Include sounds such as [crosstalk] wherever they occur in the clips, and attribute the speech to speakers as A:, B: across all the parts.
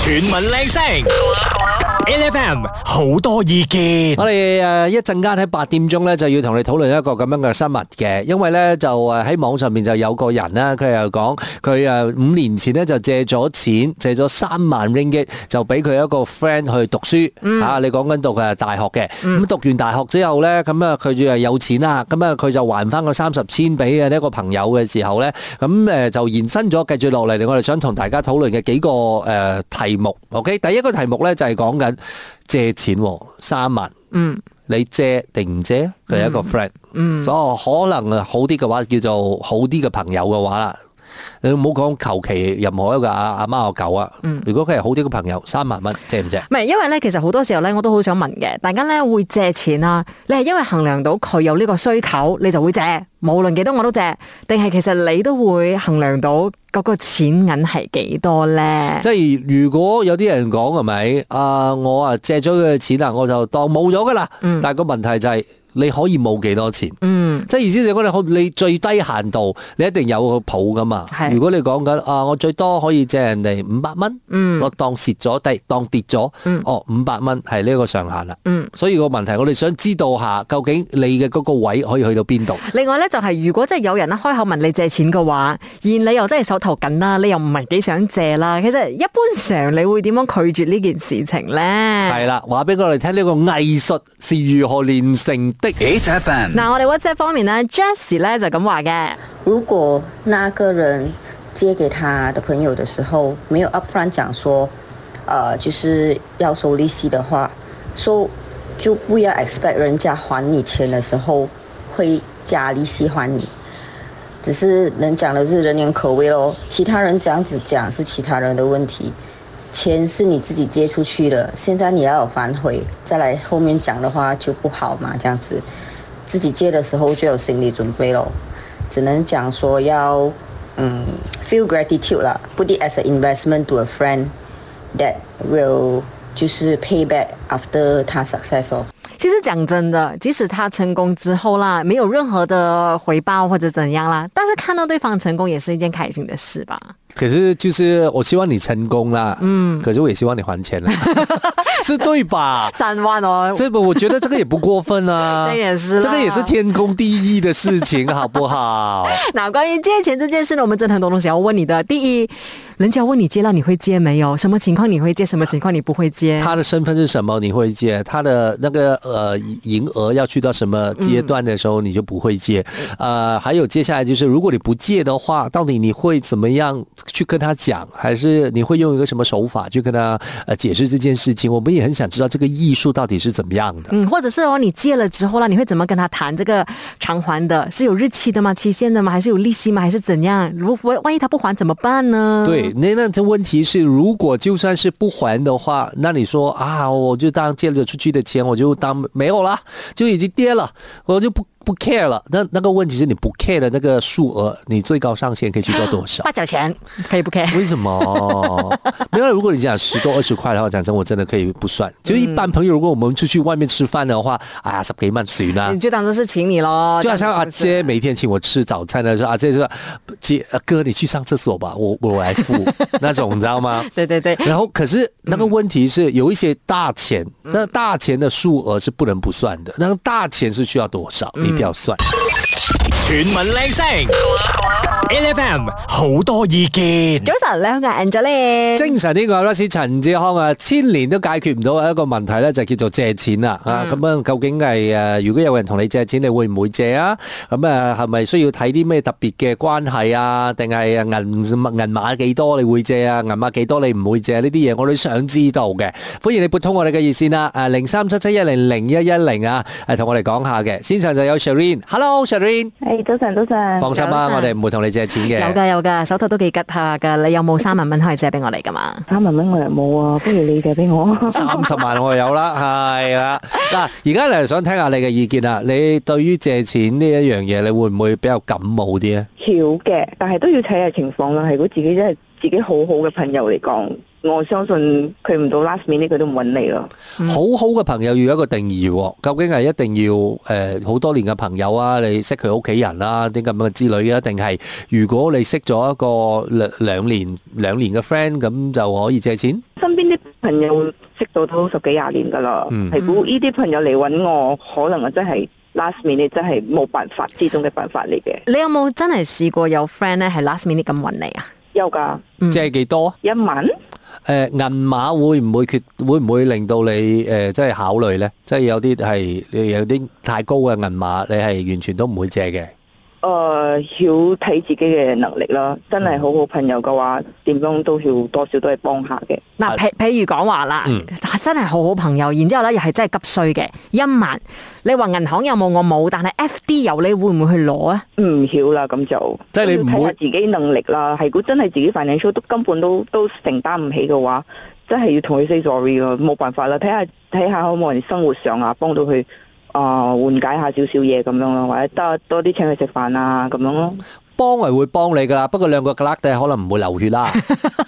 A: 全民靚聲，LFM 好多意見。
B: 我哋誒一陣間喺八點鐘咧就要同你討論一個咁樣嘅新聞嘅，因為咧就誒喺網上面就有個人啦，佢又講佢誒五年前咧就借咗錢，借咗三萬 ringgit 就俾佢一個 friend 去讀書啊，你講緊讀誒大學嘅，咁讀完大學之後咧，咁啊佢就有錢啦，咁啊佢就還翻個三十千俾嘅呢一個朋友嘅時候咧，咁誒就延伸咗繼續落嚟，我哋想同大家討論嘅幾個誒題目，OK，第一個題目咧就係講緊。借錢喎三萬，
C: 嗯，
B: 你借定唔借？佢係一個 friend，嗯，所以可能啊好啲嘅話叫做好啲嘅朋友嘅話啦。你唔好講求其任何一個阿阿媽個狗啊，如果佢係好啲嘅朋友，三萬蚊借唔借？
C: 唔係，因為咧，其實好多時候咧，我都好想問嘅，大家咧會借錢啊？你係因為衡量到佢有呢個需求，你就會借，無論幾多我都借，定係其實你都會衡量到嗰個錢銀係幾多咧？
B: 即係如果有啲人講係咪？啊，我啊借咗佢嘅錢啊，我就當冇咗㗎啦。
C: 嗯
B: 但係個問題就係、你可以冇幾多錢？
C: 嗯，
B: 即係意思就講你可你最低限度你一定有個譜噶嘛。
C: 係
B: 如果你講緊啊，我最多可以借人哋五百蚊，
C: 嗯
B: 我當蝕咗低，當跌咗，
C: 嗯
B: 哦五百蚊係呢個上限啦。
C: 嗯
B: 所以個問題，我哋想知道下究竟你嘅嗰個位可以去到邊度？
C: 另外咧就係、如果真係有人咧開口問你借錢嘅話，而你又真係手頭緊啦，你又唔係幾想借啦，其實一般常你會點樣拒絕呢件事情咧？
B: 係啦，話俾我哋聽呢個藝術是如何煉成的。
A: HFM
C: 嗱，我哋 WhatsApp 方面咧，Jesse 咧就咁話嘅。
D: 如果那个人借给他的朋友的时候，没有 upfront 讲说，呃，就是要收利息的话，so, 就不要 expect 人家还你钱的时候会加利息还你。只是能讲的是人言可畏咯，其他人这样子讲是其他人的问题，钱是你自己借出去的，现在你要有反悔，再来后面讲的话就不好嘛，这样子，自己借的时候就有心理准备咯，只能讲说要嗯 feel gratitude 啦，put it as an investment to a friend that will 就是 pay back after 他 success 哦。
C: 其实讲真的，即使他成功之后啦，没有任何的回报或者怎样啦，但是看到对方成功也是一件开心的事吧。
B: 可是就是我希望你成功啦，嗯，可是我也希望你还錢
C: [laughs]
B: 啦， [laughs] 是對吧？
C: 三万哦，
B: 这个我觉得这个也不过分
C: [laughs]
B: 啊，
C: 这也是啦
B: 这个也是天公地义的事情，好不好？
C: 那关于借钱这件事呢，我们真的很多东西要问你的。第一，人家问你借了，你会借没有？什么情况你会借？什么情况你不会借？
B: 他的身份是什么？你会借他的那个呃营额要去到什么阶段的时候，你就不会借。呃，还有接下来就是，如果你不借的话，到底你会怎么样去跟他讲？还是你会用一个什么手法去跟他呃解释这件事情？我们也很想知道这个艺术到底是怎么样的。
C: 嗯，或者是哦，你借了之后啦，你会怎么跟他谈这个偿还的？是有日期的吗？期限的吗？还是有利息吗？还是怎样？如果万一他不还怎么办呢？
B: 对，那那这问题是，如果就算是不还的话，那你说啊，我就当借了出去的钱，我就当没有了，就已经跌了，我就不不 care 了。那那个问题是你不 care 的那个数额，你最高上限可以去到多
C: [laughs]
B: 少？
C: 八角钱可以不可以？
B: 为什么？没有，如果你讲十多二十块的话，讲真，我真的可以不算。就一般朋友，如果我们出去外面吃饭的话，啊，十几万算啦
C: 你。就当做是请你咯，
B: 就好像阿
C: 哦 [laughs] 这样子是不是
B: 姐每天请我吃早餐的时候，阿姐就说：“姐，呃哥，你去上厕所吧，我我来
C: [laughs]
B: 付。”那种，你知道吗？
C: 对对对，
B: 然后，可是那个问题是，有一些大钱，
C: 嗯
B: 那大钱的数额是不能不算的。那个大钱是需要多少，
C: 嗯
B: 你一定要算。
A: 全民靚聲，LFM 好多意見。
C: 早晨，你好，我係 Angeline。
B: 精神呢個 r u 陳志康啊，千年都解決唔到一個問題咧，就叫做借錢啦。啊，咁樣究竟係誒，如果有人同你借錢，你會唔會借啊？咁啊，係咪需要睇啲咩特別嘅關係啊？定係啊銀銀碼幾多你會借啊？銀碼幾多你唔會借？呢啲嘢我都想知道嘅。歡迎你撥通我哋嘅熱線啦，誒零三七七一零零一一零啊，誒同我哋講下嘅。先上就有 Shireen，Hello Shireen，
E: 诶，早哎晨，早晨。
B: 放心啦，
C: 早
B: 我
C: 晨
B: 哋唔會同你借錢嘅。
C: 有噶有噶，手頭都幾吉下噶。你有冇三萬蚊可以借俾我哋噶嘛？
E: 三文蚊我又冇啊，不如你借俾我。
B: 三十萬我有啦， [laughs] 係啦。嗱，而家嚟想聽下你嘅意見啦。你對於借錢呢一樣嘢，你會唔會比較感冒啲咧？
E: 巧嘅，但係都要睇下情況啦。係如果自己真係自己好好嘅朋友嚟講，我相信佢唔到 last minute 佢都唔揾你咯。
B: 好好嘅朋友要有一個定義喎，究竟係一定要呃誒好、多年嘅朋友啊，你識佢屋企人啦、啲咁嘅之類嘅，定係如果你識咗一個兩兩年兩年嘅 friend 咁就可以借錢？
E: 三身邊啲朋友識到都十幾廿年噶啦，
B: 嗯
E: 係估呢啲朋友嚟揾我，可能我真係 last minute 真係冇辦法之中嘅辦法嚟嘅，
C: 你有冇真係試過有 friend 咧係 last minute 咁揾你啊？
E: 有㗎
B: 即係幾多？啊
E: 一晚。
B: 誒銀碼會唔會決會唔會令到你誒、即係考慮咧？即係有啲係你有啲太高嘅銀碼，你係完全都唔會借嘅。
E: [laughs] 誒、要睇自己嘅能力啦，真係好好朋友嘅話，點樣都要多少都係幫下嘅。
C: 嗱，譬譬如講話啦
B: 啊嗯，
C: 真係好好朋友，然之後咧又係真係急需嘅一萬，你話銀行有冇我冇，但係 F D 有你會唔會去攞啊？
E: 唔曉啦，咁就
B: 即係你唔會
E: 都要睇下自己能力啦。係估真係自己 financial 都根本都都承擔唔起嘅話，真係要同佢 say sorry 咯，冇辦法啦。睇下睇下可唔可以生活上啊，幫到佢啊、緩解下少少嘢咁樣咯，或者得多啲請佢食飯啊咁樣
B: [laughs]
E: 咯。
B: 幫係會幫你㗎啦，不過兩個 g l a 可能唔會流血啦。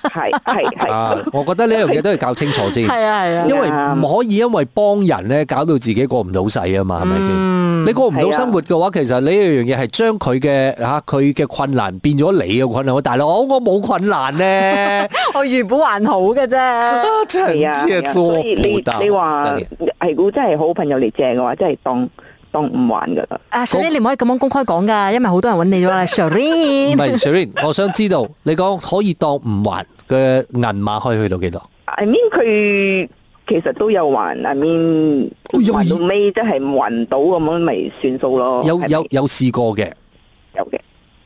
E: 係係
B: 啊
E: 係，
B: 我覺得呢樣嘢都要搞清楚先。
C: 啊係
B: [laughs] 因為唔可以因為幫人咧，搞到自己過唔到世啊嘛，係咪先？
C: 嗯
B: 你過唔到
E: 係啊
B: 生活嘅話，其實呢一樣嘢係將佢嘅嚇佢嘅困難變咗你嘅困難。喂大佬，我冇困難
E: [laughs]
B: 咧，
C: 我原本還好嘅啫。
B: 啊真
E: 係啊，
B: 係
E: 係啊
B: 知做
E: 所以你
B: 報答。
E: 你話
B: 真係
E: 係估真係好朋友嚟借嘅話，真係當當唔還㗎啦。
C: 啊 s h 你唔可以咁樣公開講㗎，因為好多人揾你咗啦 s h i r e
B: 唔啊係 [laughs] Shereen，我想知道你講可以當唔還嘅銀碼可以去到幾多？
E: I mean 佢其實都有還，I mean
B: 哦有
E: 還到尾真係還到咁樣咪算數咯。
B: 有
E: 係咪
B: 有有試過嘅，
E: 有嘅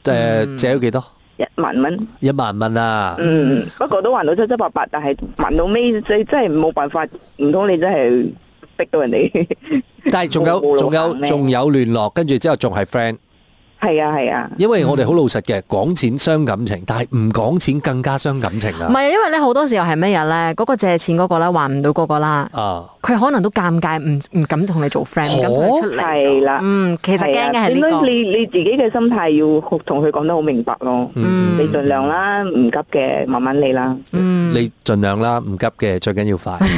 B: 誒借咗幾多？
E: 一萬蚊，
B: 一萬蚊啊！
E: 嗯，不過都還到七七八八，但係還到尾你真係冇辦法，唔通你真係逼到人哋？ [laughs]
B: 但係仲有
E: 冇
B: 仲
E: 老
B: 有
E: 闆咩
B: 仲有聯絡，跟住之後仲係 friend。
E: 係啊係啊，
B: 因為我哋好老實嘅，講錢傷感情，但係唔講錢更加傷感情
C: 唔
B: 啊！
C: 係，因為咧好多時候係咩嘢咧？嗰、個借錢嗰個咧還唔到嗰個啦，
B: 啊，
C: 佢可能都尷尬，唔唔敢同你做 friend，唔敢同你出嚟咗。
E: 係啦
C: 嗯，其實驚嘅係呢
E: 應該
C: 個。
E: 你你自己嘅心態要同佢講得好明白咯。
C: 嗯
E: 你盡量啦，唔急嘅，慢慢嚟啦。
C: 嗯，
B: 你盡量啦，唔急嘅，最緊
E: [laughs]
B: 要快， [laughs]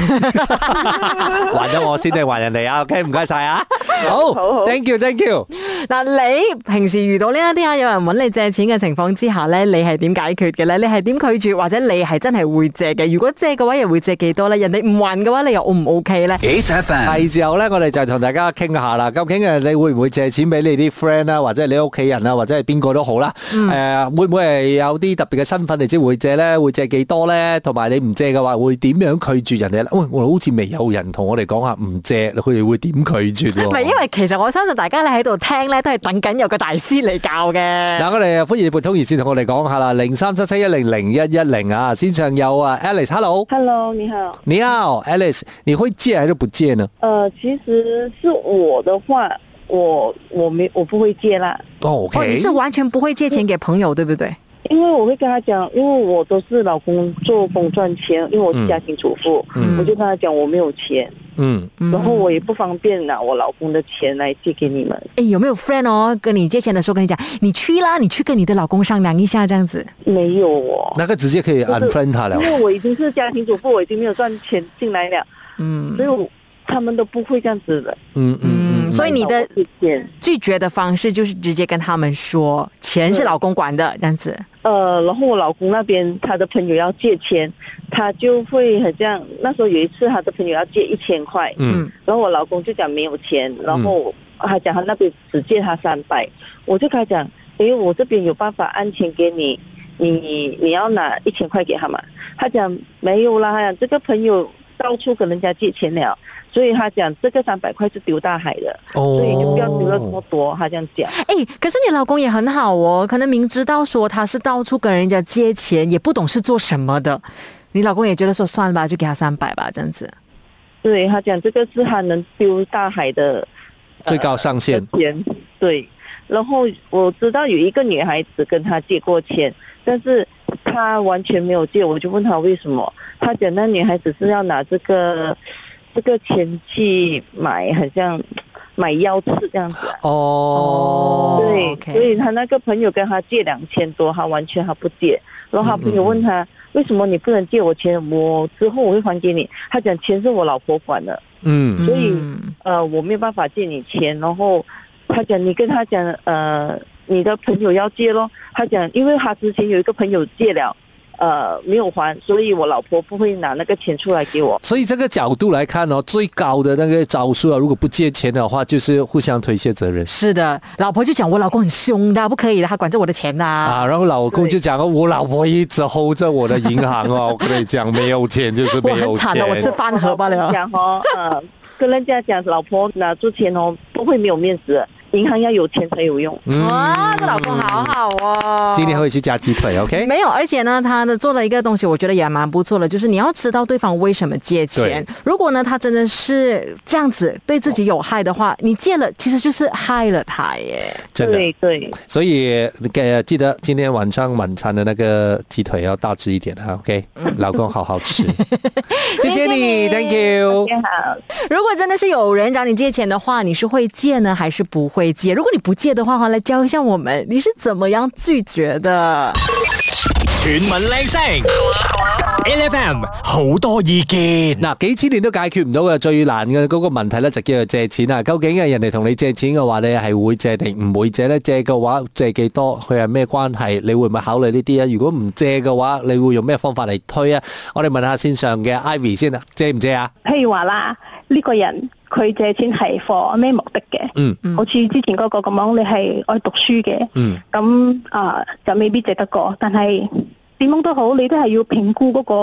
B: 還咗我先定還人哋啊！OK，唔該晒啊！
E: 好
B: 好
E: 好
B: ，thank you，thank you。
C: 嗱，你平時遇到呢一啲啊，有人揾你借錢嘅情況之下咧，你係點解決嘅咧？你係點拒絕，或者你係真係會借嘅？如果借嘅話，又會借幾多咧？人哋唔還嘅話，你又 O 唔 O K 咧？
B: [laughs] 係時候咧，我哋就同大家傾下啦。究竟誒，你會唔會借錢俾你啲 friend 啦，或者你屋企人啊，或者係邊個都好啦？誒、會唔會係有啲特別嘅身份你先會借咧？會借幾多咧？同埋你唔借嘅話，會點樣拒絕人哋咧？喂，我好似未有人同我哋講下唔借，佢哋會點拒絕喎？
C: 唔係，因為其實我相信大家咧喺度聽咧，都係等緊有個大師嚟教嘅。哦
B: 嗱，我哋歡迎撥通熱線同我哋講下啦，零三七七一零零一一零啊，線上有啊，Alice，Hello，
F: Hello，你好。
B: 你好，Alice，你會借還是不借呢？
F: 呃，其实是我的话，我我没我不会借啦，
B: 哦
C: 哦，你
B: ，OK，嗯
C: 是完全不会借钱给朋友，对不对？
F: 因为我会跟他讲，因为我都是老公做工赚钱，因为我是家庭主妇，
B: 嗯
F: 我就跟他讲我没有钱，
B: 嗯，
C: 嗯
F: 然后我也不方便拿我老公的钱来借给你们。
C: 哎，有没有 friend 哦？跟你借钱的时候跟你讲，你去啦，你去跟你的老公商量一下，这样子。
F: 没有哦，
B: 那個直接可以 unfriend 他了
F: 因。为我已经是家庭主妇，我已经没有赚钱进来了，
C: 嗯
F: 所以我他们都不会这样子的。
B: 嗯嗯嗯，
C: 所以你的
F: 我会借。
C: 拒绝的方式就是直接跟他们说，钱是老公管的，这样子。
F: 呃，然后我老公那边他的朋友要借钱，他就会很像那时候有一次他的朋友要借一千块，
B: 嗯
F: 然后我老公就讲没有钱，然后他讲他那边只借他三百，我就跟他讲，诶，我这边有办法按钱给你，你你要拿一千块给他嘛？他讲没有啦，他讲这个朋友到处跟人家借钱了，所以他讲这个三百块是丢大海的，
B: 哦，
F: 所以你就不要丢了这么多，他这样讲。
C: 哎，可是你老公也很好哦，可能明知道说他是到处跟人家借钱，也不懂是做什么的，你老公也觉得说算了吧，就给他三百吧，这样子。
F: 对他讲，这个是他能丢大海的
B: 最高上限。
F: 钱。对，然后我知道有一个女孩子跟他借过钱，但是他完全没有借，我就问他为什么，他讲那女孩子是要拿这个这个钱去买，好像买腰刺这样子啊、
B: 哦，
F: 对
C: OK
F: 所以他那个朋友跟他借两千多，他完全他不借，然后他朋友问他、为什么你不能借我钱，我之后我会还给你，他讲钱是我老婆管的。
B: 嗯
F: 所以
C: 嗯
F: 呃，我没有办法借你钱，然后他讲你跟他讲，呃，你的朋友要借咯，他讲因为他之前有一个朋友借了，
G: 呃没有还，所以我老婆不会拿那个钱出来给我。
B: 所以这个角度来看哦，最高的那个招数啊，如果不借钱的话，就是互相推卸责任
C: 是的，老婆就讲我老公很凶的，不可以的，他管着我的钱的。
B: 啊。然后老公就讲哦，我老婆一直 hold 着我的银行哦，我跟你讲，没有钱就是
C: 我
B: 没有
C: 很惨的，我吃
B: 钱。
C: 饭盒吧了。
G: 讲哦，呃，跟人家讲老婆拿出钱哦，不会没有面子，银行要有钱才有用。
C: 哇，这老公好好哦。
B: 嗯今天会去加鸡腿，OK？
C: 没有，而且呢，他的做了一个东西，我觉得也蛮不错的，就是你要知道对方为什么借钱。如果呢，他真的是这样子对自己有害的话，你借了其实就是害了他耶。
B: 真的。
G: 对对，
B: 所以给记得今天晚上晚餐的那个鸡腿要大只一点啊，OK？老公好好吃，谢谢你，Thank you。
G: 你好，
C: 如果真的是有人找你借钱的话，你是会借呢，还是不会借？如果你不借的话，话来教一下我们，你是怎么样拒绝的？
A: 全民靚聲，LFM 好多意見。
B: 嗱，幾千年都解決唔到嘅最難嘅嗰個問題咧，就叫做借錢啊！究竟係人哋同你借啊錢嘅話，你係會借定唔會借咧？借嘅話，借幾多？佢係咩關係？你會唔會考慮呢啲啊？如果唔借嘅話，你會用咩方法嚟推啊？我哋問下線上嘅 Ivy 先啊，借唔借啊？
F: 譬如話啦，呢、個人佢借錢係 for 咩目的嘅？
B: 嗯
F: 好似之前嗰個咁樣，你係愛讀書嘅，
B: 嗯
F: 咁啊、就未必借得過。但係點樣都好，你都係要評估嗰個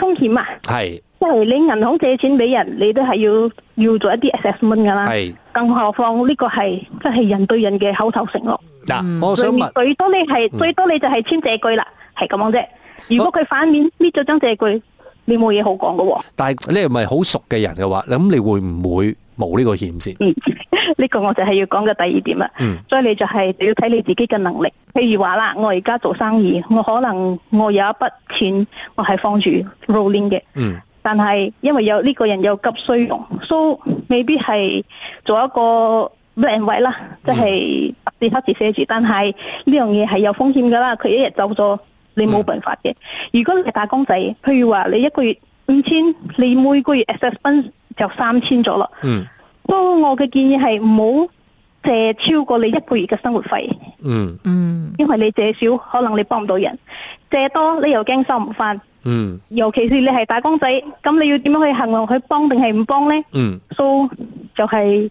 F: 風險啊！
B: 係
F: 即係你銀行借錢俾人，你都係要要做一啲 assessment 噶啦。
B: 係
F: 更何況呢個係真係人對人嘅口頭承諾，
B: 嗱，我想
F: 最
B: 問。嗯
F: 最多你係、最多你就係簽借據啦，係咁樣啫。如果佢反面搣咗張借據，你冇嘢好講噶喎。
B: 但係你係咪好熟嘅人嘅話，咁你會唔會冇呢個險先？
F: 嗯， [laughs] 呢個我就係要講嘅第二點啦。啊
B: 嗯
F: 所以你就係要睇你自己嘅能力。譬如話啦，我而家做生意，我可能我有一筆錢，我係放住 rolling 嘅，
B: 嗯
F: 但係因為有呢、個人有急需用，so 未必係做一個 black and white 啦，即係白字黑字寫住。但係呢樣嘢係有風險㗎啦，佢一日走咗，你冇辦法嘅。如果你係打工仔，譬如話你一個月五千，你每個月 assessment 就三千咗啦。
B: 嗯
F: 都我嘅建議係唔好借超過你一個月嘅生活費，
B: 嗯
C: 嗯，
F: 因為你借少可能你幫唔到人，借多你又驚收唔翻，
B: 嗯
F: 尤其是你係打工仔，咁你要點樣去衡量佢幫定係唔幫呢？
B: 嗯，
F: so 就係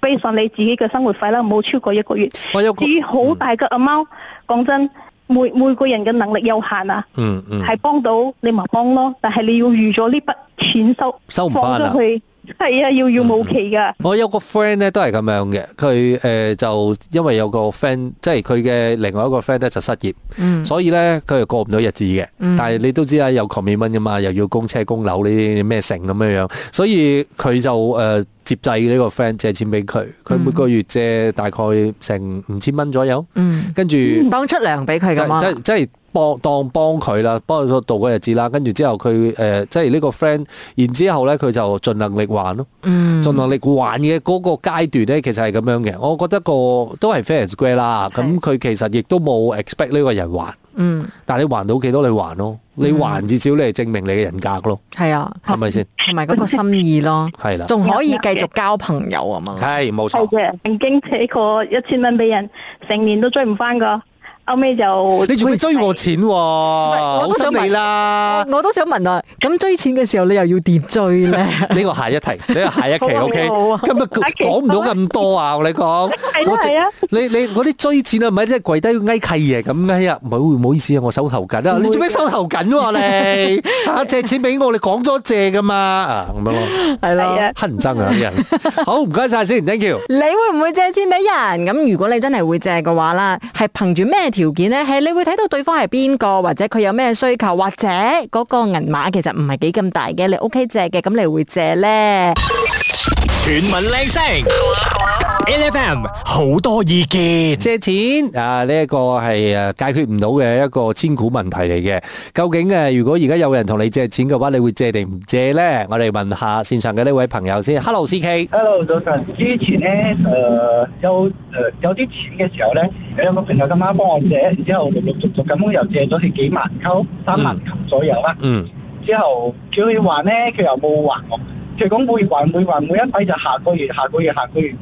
F: based on 你自己嘅生活費啦，唔好超過一個月。
B: 我有個
F: 至於好大嘅 amount，講真，每每個人嘅能力有限啊。
B: 嗯嗯
F: 係幫到你咪幫咯，但係你要預咗呢筆錢收
B: 收唔
F: 放
B: 返啊嗯
F: 咗去，係啊，要要冇期㗎。
B: 我有個 friend 咧都係咁樣嘅，佢誒、呃就因為有個 friend，即係佢嘅另外一個 friend 咧就失業，
C: 嗯
B: 所以咧佢又過唔到日子嘅。但係你都知啦，有 commitment 噶嘛，又要供車供樓呢啲咩成咁樣樣，所以佢就誒、呃接濟呢個 friend 借錢俾佢，佢每個月借大概成五千蚊左右，
C: 嗯，
B: 跟住。
C: 當出糧俾佢咁啊
B: 即。即即係幫當幫佢啦，幫佢度過日子啦。跟住之後佢誒、呃即係呢個 friend，然之後咧佢就盡能力還咯。
C: 嗯
B: 盡能力還嘅嗰個階段咧，其實係咁樣嘅。我覺得個都係 fair and square 啦。咁
F: 係
B: 佢其實亦都冇 expect 呢個人還，
C: 嗯，
B: 但係你還到幾多你還咯。你還至少你係證明你嘅人格咯，
C: 係啊，
B: 係咪先？
C: 同埋嗰個心意咯，
B: 係啦，
C: 仲可以繼續交朋友啊嘛。
B: 係冇
F: 係
B: 錯。
F: 嘅，曾經借過一千蚊俾人，成年都追唔翻噶。後尾就
B: 你做咩追我錢喎？好
C: 都
B: 心
C: 想
B: 你啦！
C: 我都想問啊，咁追錢嘅時候你又要點
B: [laughs]
C: 追咧？
B: 呢個下一
F: [laughs]
B: 題，呢個下一期
F: 好啊
B: ，OK
F: 好啊。
B: 今日
F: 下一期
B: 講唔到咁多啊！我你講，
F: 啊
B: 我直
F: 係啊
B: 你你嗰啲追錢啊，唔係即係跪低挨契爺咁挨啊！唔好唔好意思啊，我手頭緊啊！你做咩手頭緊
F: [laughs]
B: 喎你？啊借錢俾我，你講咗借噶嘛啊咁樣
F: [laughs]
B: 咯，
C: 係
F: 係
C: 咯
F: 啊。
B: 乞人憎啊啲人。好唔該晒先，thank you。
C: 你會唔會借錢俾人？咁如果你真係會借嘅話啦，係憑住咩條件呢？係你會睇到對方係邊個，或者佢有咩需求，或者嗰個銀碼其實唔係幾咁大嘅，你 OK 借嘅，咁你會借呢？
A: 全民靚聲，LFM 好多意見。
B: 借錢啊，呢、一個係誒解決唔到嘅一個千古問題嚟嘅。究竟誒，如果而家有人同你借錢嘅話，你會借定唔借呢？我哋問下線上嘅呢位朋友先。Hello C K。
H: Hello，早晨。之前咧，誒、有誒、有啲錢嘅時候咧，有個朋友咁啱幫我借，然之後陸陸續續咁又借咗佢幾萬溝，三萬溝左右啦。
B: 嗯。
H: 之後叫佢還咧，佢又冇還我。佢講每月還每月還每一批就下個月下個月下個月，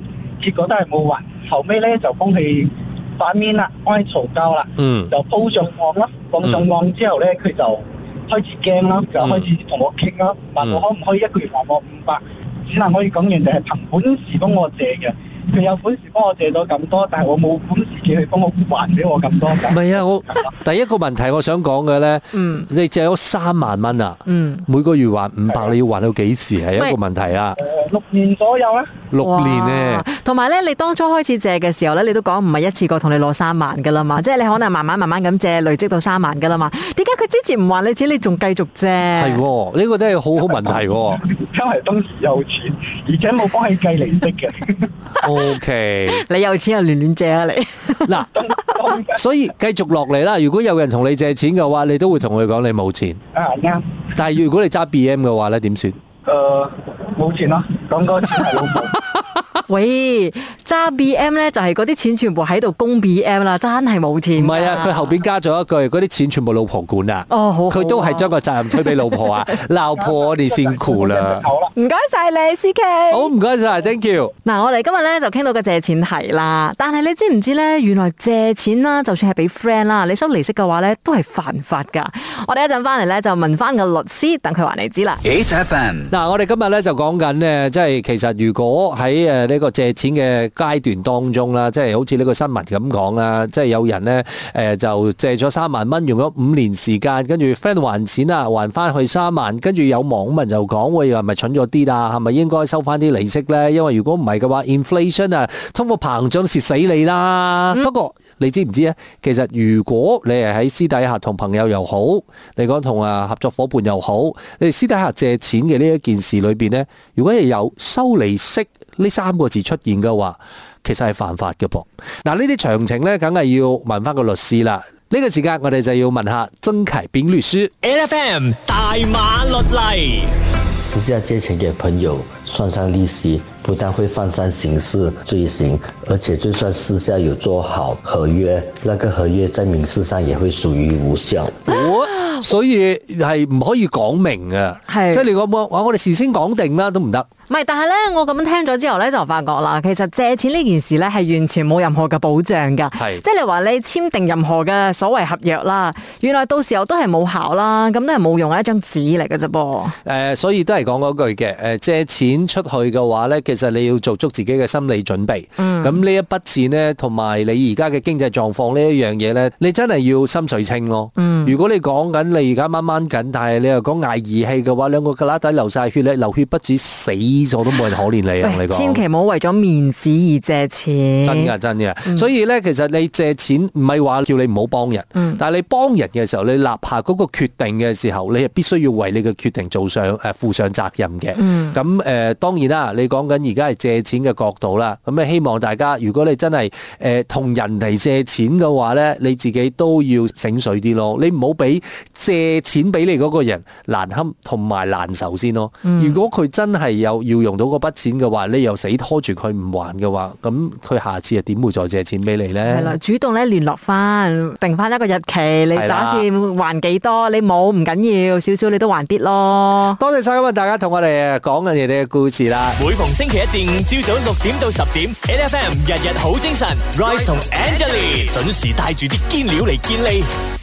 H: 結果都係冇還。後尾咧就幫佢反面啦，幫佢嘈交啦，
B: 嗯
H: 就鋪上網啦，
I: 放上網之後咧，佢就開始驚啦，
B: 嗯
I: 就開始同我傾啦，話我可唔可以一個月還我五百？只能可以講，人哋係憑本事幫我借嘅，佢有本事幫我借咗咁多，但係我冇本事嘅去幫我還俾我咁多
B: 唔
I: 㗎。
B: 係啊，我第一個問題我想講嘅咧，
C: 嗯
B: 你借咗三萬蚊啊，
C: 嗯，
B: 每個月還五百，你要還到幾時係一個問題啊？
I: 誒六年左右啦，
B: 六年
C: 哇
B: 咧，，
C: 同埋咧，你當初開始借嘅時候咧，你都講唔係一次過同你攞三萬噶啦嘛，即係你可能慢慢慢慢咁借，累積到三萬噶啦嘛。點解佢之前唔還你錢，你仲繼續借？
B: 係喎，呢個都係好好問題喎。
C: [laughs]
I: 因為當時有錢，而且冇幫佢計利息嘅。
B: [laughs] O K，
C: 你有錢就亂亂借啊你。
B: 嗱，所以繼續落嚟啦。如果有人同你借錢嘅話，你都會同佢講你冇錢。
I: 啊啱，
B: 但係如果你揸 B M 嘅話咧，點算？
I: 誒冇錢咯，講嗰錢係老母。
C: [laughs] 喂，揸 B M 咧就係嗰啲錢全部喺度供 B M 啦，真係冇錢。
B: 唔係啊，佢後邊加咗一句，嗰啲錢全部老婆管啊。
C: 哦好好啊
B: 佢都係將個責任推俾老婆啊。鬧破你先苦啦。
I: 好啦，
C: 唔該晒你，C K。
B: 好，唔該晒，thank you。
C: 嗱，我哋今日咧就傾到個借錢題啦，但係你知唔知咧？原來借錢啦，就算係俾 friend 啦，你收利息嘅話咧，都係犯法噶。我哋一陣翻嚟咧就問翻個律師，等佢話你知啦。
A: 嗯
J: 8FM,
B: 嗱，我哋今日咧就講緊咧，即係其實如果喺誒呢個借錢嘅階段當中啦，即係好似呢個新聞咁講啦，即係有人咧誒、呃就借咗三萬蚊，用咗五年時間，跟住 friend 還錢啊，還翻去三萬，跟住有網民就講喂，係咪蠢咗啲啦？係咪應該收翻啲利息咧？因為如果唔係嘅話，inflation 啊，通貨膨脹蝕死你啦。不過你知唔知咧？其實如果你係喺私底下同朋友又好，你講同啊合作伙伴又好，你哋私底下借錢嘅呢一件事裏邊咧，如果係有收利息呢三個字出現嘅話，其實係犯法嘅噃。嗱，呢啲詳情咧，梗係要問翻個律師啦。呢、個時間我哋就要問下曾啟斌律師。
A: ，LFM 大馬律例。
K: 私下借钱给朋友，算上利息，不但会犯上刑事罪行，而且就算私下有做好合约，那个合约在民事上也会属于无效。
B: 我哦所以係唔可以講明嘅，
C: 係
B: 即係你講我話我哋事先講定啦都唔得。
C: 唔係，但係咧，我咁樣聽咗之後咧，就發覺啦，其實借錢呢件事咧係完全冇任何嘅保障㗎。
B: 係
C: 即係你話你簽訂任何嘅所謂合約啦，原來到時候都係冇效啦，咁都係冇用嘅一張紙嚟嘅啫噃。
B: 誒、呃所以都係講嗰句嘅，誒、借錢出去嘅話咧，其實你要做足自己嘅心理準備。
C: 嗯
B: 咁呢、一筆錢咧，同埋你而家嘅經濟狀況呢一樣嘢咧，你真係要心水清咯。
C: 嗯
B: 如果你講緊你而家掹掹緊，但係你又講捱義氣嘅話，兩個旮旯底流晒血咧，流血不止死咗都冇人可憐你啊！我同
C: 喂
B: 你講
C: 千祈唔好為咗面子而借錢。
B: 真㗎真㗎，所以咧其實你借錢唔係話叫你唔好幫人，但係你幫人嘅時候，你立下嗰個決定嘅時候，你係必須要為你嘅決定做上誒負上責任嘅。咁誒、呃、當然啦，你講緊而家係借錢嘅角度啦，咁啊咧希望大家如果你真係呃誒同人哋借錢嘅話咧，你自己都要醒水啲咯，你唔好俾借錢俾你嗰個人難堪同埋難受先咯。
C: 嗯
B: 如果佢真係有要用到嗰筆錢嘅話，你又死拖住佢唔還嘅話，咁佢下次又點會再借錢俾你
C: 係啦
B: 呢？，
C: 主動咧聯絡翻，定翻一個日期，你
B: 係啦
C: 打算還幾多？你冇唔緊要，少少你都還啲咯。
B: 多謝晒今日大家同我哋呃講緊你哋嘅故事啦。
A: 每逢星期一至五朝早六點到十點，NFM 日日好精神，Rise 同 Angelie 準時帶住啲堅料嚟健利。